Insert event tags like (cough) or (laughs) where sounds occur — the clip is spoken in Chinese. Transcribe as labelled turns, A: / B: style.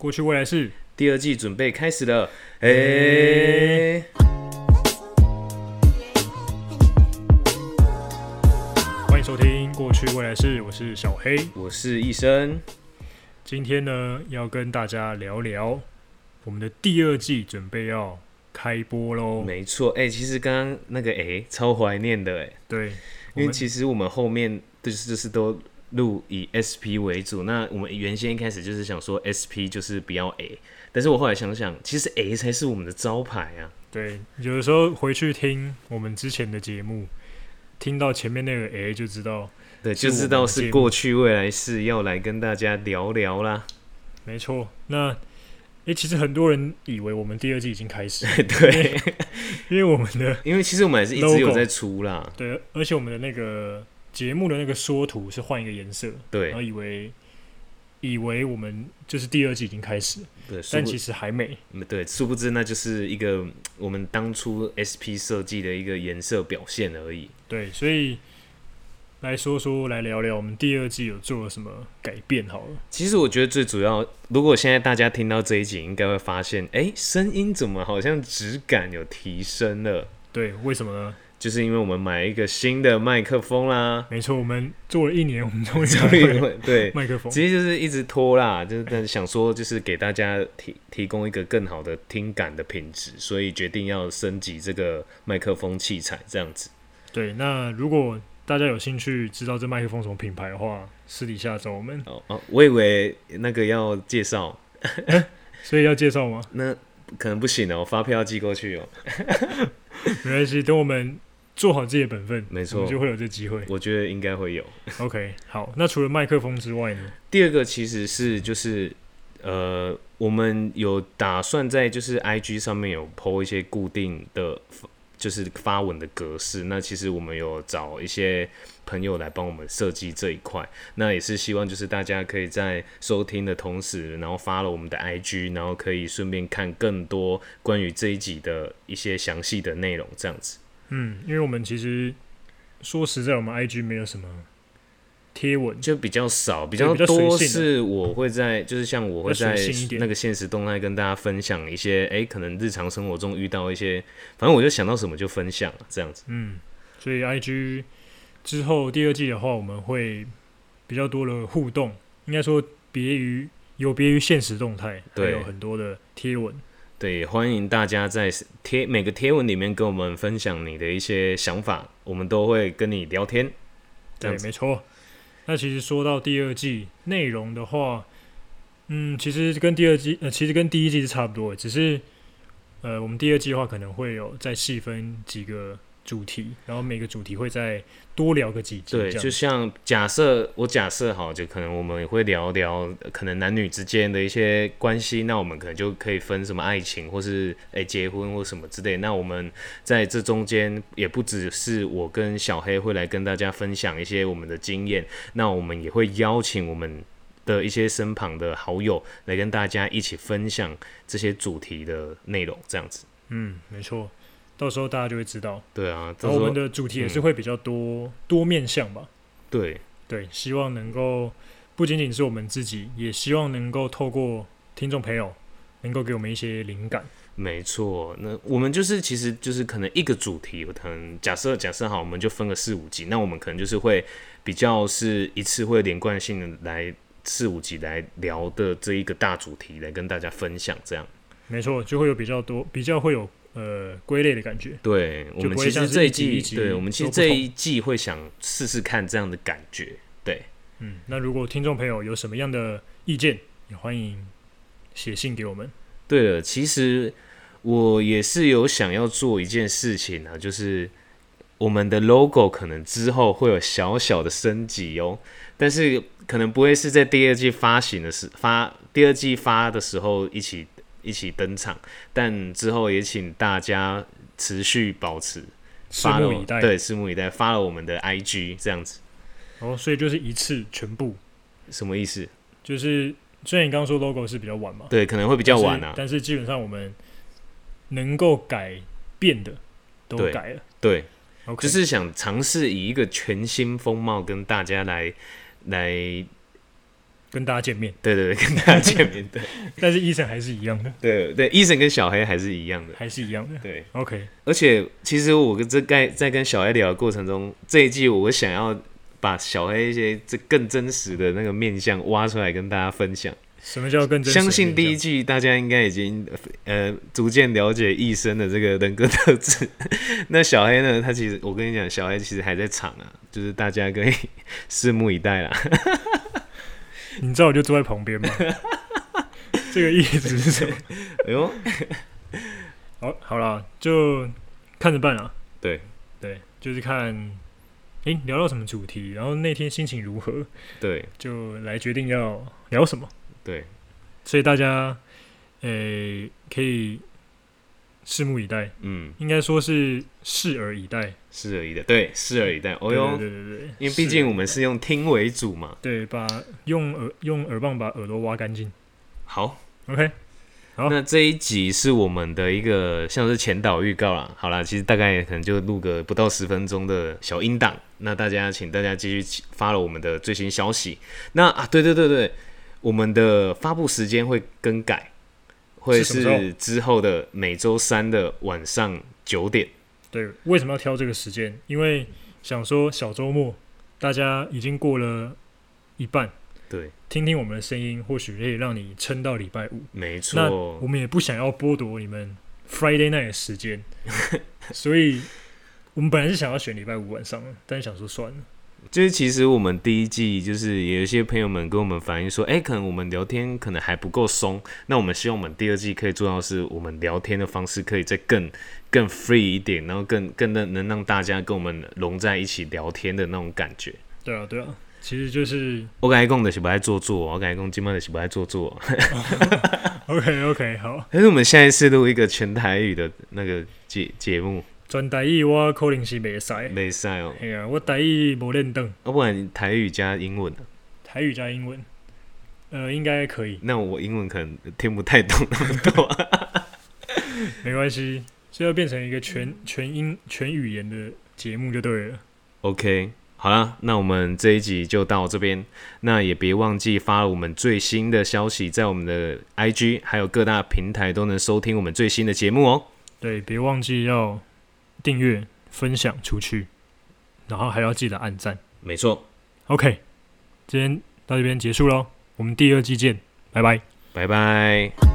A: 过去未来式，
B: 第二季准备开始了，哎、
A: 诶欢迎收听《过去未来式》，我是小黑。
B: 我是医生，
A: 今天呢，要跟大家聊聊我们的第二季准备要开播喽。
B: 没错，哎、其实刚刚那个哎、超怀念的哎、
A: 对，我
B: 因为
A: 们
B: 其实我们后面就是就是都录以 SP 为主，那我们原先一开始就是想说 SP 就是不要 A，但是我后来想想，其实 A 才是我们的招牌啊，
A: 对，有的时候回去听我们之前的节目，听到前面那个“诶”就知道，
B: 对，
A: 是
B: 就
A: 我们的
B: 知道
A: 节
B: 是
A: 目
B: 过去未来是要来跟大家聊聊啦， (laughs)
A: 没错。那诶、其实很多人以为我们第二季已经开
B: (laughs)
A: 始了，
B: 对，
A: (laughs) 因为我们的
B: 因为其实我们还是一直有
A: Logo
B: 在出啦，
A: 对，而且我们的那个节目的那个缩图是换一个颜色，
B: 对
A: 然后以为以为我们就是第二季已经开始，
B: 对，殊
A: 但
B: 不
A: 其实还没。
B: 嗯，对，殊不知那就是一个嗯我们当初 SP 设计的一个颜色表现而已。
A: 对，所以来说说来聊聊我们第二季有做了什么改变好了。
B: 其实我觉得最主要，如果现在大家听到这一集，应该会发现，哎，声音怎么好像质感有提升了？
A: 对，为什么呢？，
B: 就是因为我们买了一个新的麦克风啦
A: 没错，我们做了一年，我们终于
B: 所
A: 买
B: 以
A: 了
B: 会对，
A: 麦克风。
B: (laughs) 其实就是一直拖啦，就是但是想说，就是给大家提提供一个更好的听感的品质，所以决定要升级这个麦克风器材这样子。
A: 对，那如果大家有兴趣知道这麦克风什么品牌的话，私底下找我们。
B: 哦哦，我以为那个要介绍。
A: 所以要介绍吗？
B: 那可能不行哦，发票要寄过去哦。
A: 没关系，等我们做好自己的本分，
B: 没
A: 我
B: 错
A: 们，就会有这机 (laughs) 会。
B: 我觉得应该会有。
A: OK，好，那除了麦克风之外呢？
B: 第二个其实是就是呃，我们有打算在就是 IG 上面有 PO 一些固定的发就是发文的格式。那其实我们有找一些朋友来帮我们设计这一块。那也是希望就是大家可以在收听的同时，然后发了我们的 IG，然后可以顺便看更多关于这一集的一些详细的内容，这样子。
A: 嗯，因为我们其实说实在，我们 IG 没有什么贴文，
B: 就比较少，比较
A: 比较随
B: 多
A: 性啊
B: 是我会在，就是像我会
A: 比较
B: 在
A: 随性一点
B: 那个现实动态跟大家分享一些，哎、可能日常生活中遇到一些，反正我就想到什么就分享这样子。
A: 嗯，所以 IG 之后第二季的话，我们会比较多的互动，应该说别于有别于现实动态，还
B: 对
A: 有很多的贴文。
B: 对，欢迎大家在贴每个贴文里面跟我们分享你的一些想法，我们都会跟你聊天。这
A: 对
B: 样，子
A: 没错。那其实说到第二季内容的话，嗯，其实跟第二季呃，其实跟第一季是差不多的，只是呃，我们第二季的话可能会有再细分几个主题，然后每个主题会再多聊个几集，
B: 对，
A: 这
B: 就
A: 样子
B: 像假设我假设好，就可能我们也会聊聊呃可能男女之间的一些关系，那我们可能就可以分什么爱情，或是诶、结婚或什么之类。那我们在这中间也不只是我跟小黑会来跟大家分享一些我们的经验，那我们也会邀请我们。的一些身旁的好友来跟大家一起分享这些主题的内容，这样子。
A: 嗯，没错。到时候大家就会知道，
B: 对啊，这
A: 然后
B: 时
A: 我
B: 候
A: 们的主题也
B: 嗯
A: 是会比较多、多面向吧。
B: 对
A: 对，希望能够不仅仅是我们自己，也希望能够透过听众朋友能够给我们一些灵感。
B: 没错，那我们就是其实就是可能一个主题，我可能假设假设好，我们就分个四五集，那我们可能就是会比较是一次会连贯性的来四五集来聊的这一个大主题来跟大家分享，这样。
A: 没错，就会有比较多，比较会有呃归类的感觉。
B: 对我
A: 就
B: 们
A: 不会
B: 其
A: 像
B: 实
A: 是
B: 这
A: 一集
B: 季，
A: 一集
B: 对我们其
A: 都
B: 实
A: 不
B: 这一季会想试试看这样的感觉，对。
A: 嗯，那如果听众朋友有什么样的意见，也欢迎写信给我们。
B: 对了，其实我也是有想要做一件事情啊，就是我们的 logo 可能之后会有小小的升级哦，但是可能不会是在第二季发行的时发第二季发的时候一起一起登场，但之后也请大家持续保持
A: 拭
B: 发了
A: 目以待。
B: 对，拭目以待，发了我们的 IG 这样子，
A: 哦，所以就是一次全部，
B: 什么意思？
A: 就是虽然你刚刚说 logo 是比较晚嘛，
B: 对，可能会比较晚啊，
A: 但是但是基本上我们能够改变的都
B: 对
A: 改了。
B: 对。
A: OK，
B: 就是想尝试以一个全新风貌跟大家来来
A: 跟大家见面，
B: 对对对，跟大家见面， (laughs) 对
A: 但是医生还是一样的，
B: 对对，医生跟小黑还是一样的，
A: 还是一样的。
B: 对。
A: OK，
B: 而且其实我跟这在在跟小黑聊的过程中，这一季我想要把小黑一些这更真实的那个面相挖出来跟大家分享。
A: 什么叫更真实？
B: 相信第一
A: 一，
B: 季大家应该已经呃逐渐了解医生的这个人格特质。 (laughs) 那小黑呢？他其实我跟你讲，小黑其实还在场啊，就是大家可以 (laughs) 拭目以待啦。
A: 你知道我就坐在旁边吗？这个意思是什么？
B: 哎呦，
A: 好，好啦，就看着办啊。
B: 对
A: 对，就是看，诶、聊到什么主题，然后那天心情如何，
B: 对
A: 就来决定要聊什么。
B: 对，
A: 所以大家，呃、可以拭目以待，
B: 嗯，
A: 应该说是拭而以待。
B: 拭而以待，对，拭而以待。哦哟，
A: 对对对对，
B: 因为毕
A: 是
B: 竟我们是用听为主嘛。
A: 对，把用耳用耳棒把耳朵挖干净。
B: 好，
A: OK，好
B: 那这一集是我们的一个像是前导预告啦。好啦，其实大概可能就录个不到十分钟的小音档。那大家请大家继续发了我们的最新消息。那啊，对对对对，我们的发布时间会更改，会
A: 是什么时
B: 是之后的每周三的晚上九点。
A: 对，为什么要挑这个时间？因为想说小周末，大家已经过了一半，
B: 对，
A: 听听我们的声音，或许可以让你撑到礼拜五。
B: 没
A: 那
B: 错
A: 我，们也不想要剥夺你们 Friday night 的时间，所以我们本来是想要选礼拜五晚上的，但是想说算了，
B: 就是其实我们第一季就是有一些朋友们跟我们反映说，哎、可能我们聊天可能还不够松，那我们希望我们第二季可以做到的是，我们聊天的方式可以再更更 free 一点，然后更更能能让大家跟我们融在一起聊天的那种感觉。
A: 对啊，对啊，其实就是
B: 我感觉讲的是不爱做作，哦我感觉讲今晚的是不爱做作，哦
A: OK OK 好，
B: (laughs) 但是我们下一次录一个全台语的那个节节目，
A: 转台语我可能是袂使，
B: 没赛哦，
A: 哎呀、我台语无练等，
B: 要不然台语加英文啊，
A: 台语加英文，呃，应该可以，
B: 那我英文可能听不太懂那么多。
A: 没关系，所以要变成一个全全英全语言的节目就对了。
B: OK，好啦，那我们这一集就到这边。那也别忘记发了我们最新的消息，在我们的 IG 还有各大平台都能收听我们最新的节目哦。
A: 对，别忘记要订阅、分享出去，然后还要记得按赞。
B: 没错，
A: OK，今天到这边结束喽，我们第二季见，拜拜。
B: 拜拜。
C: 「お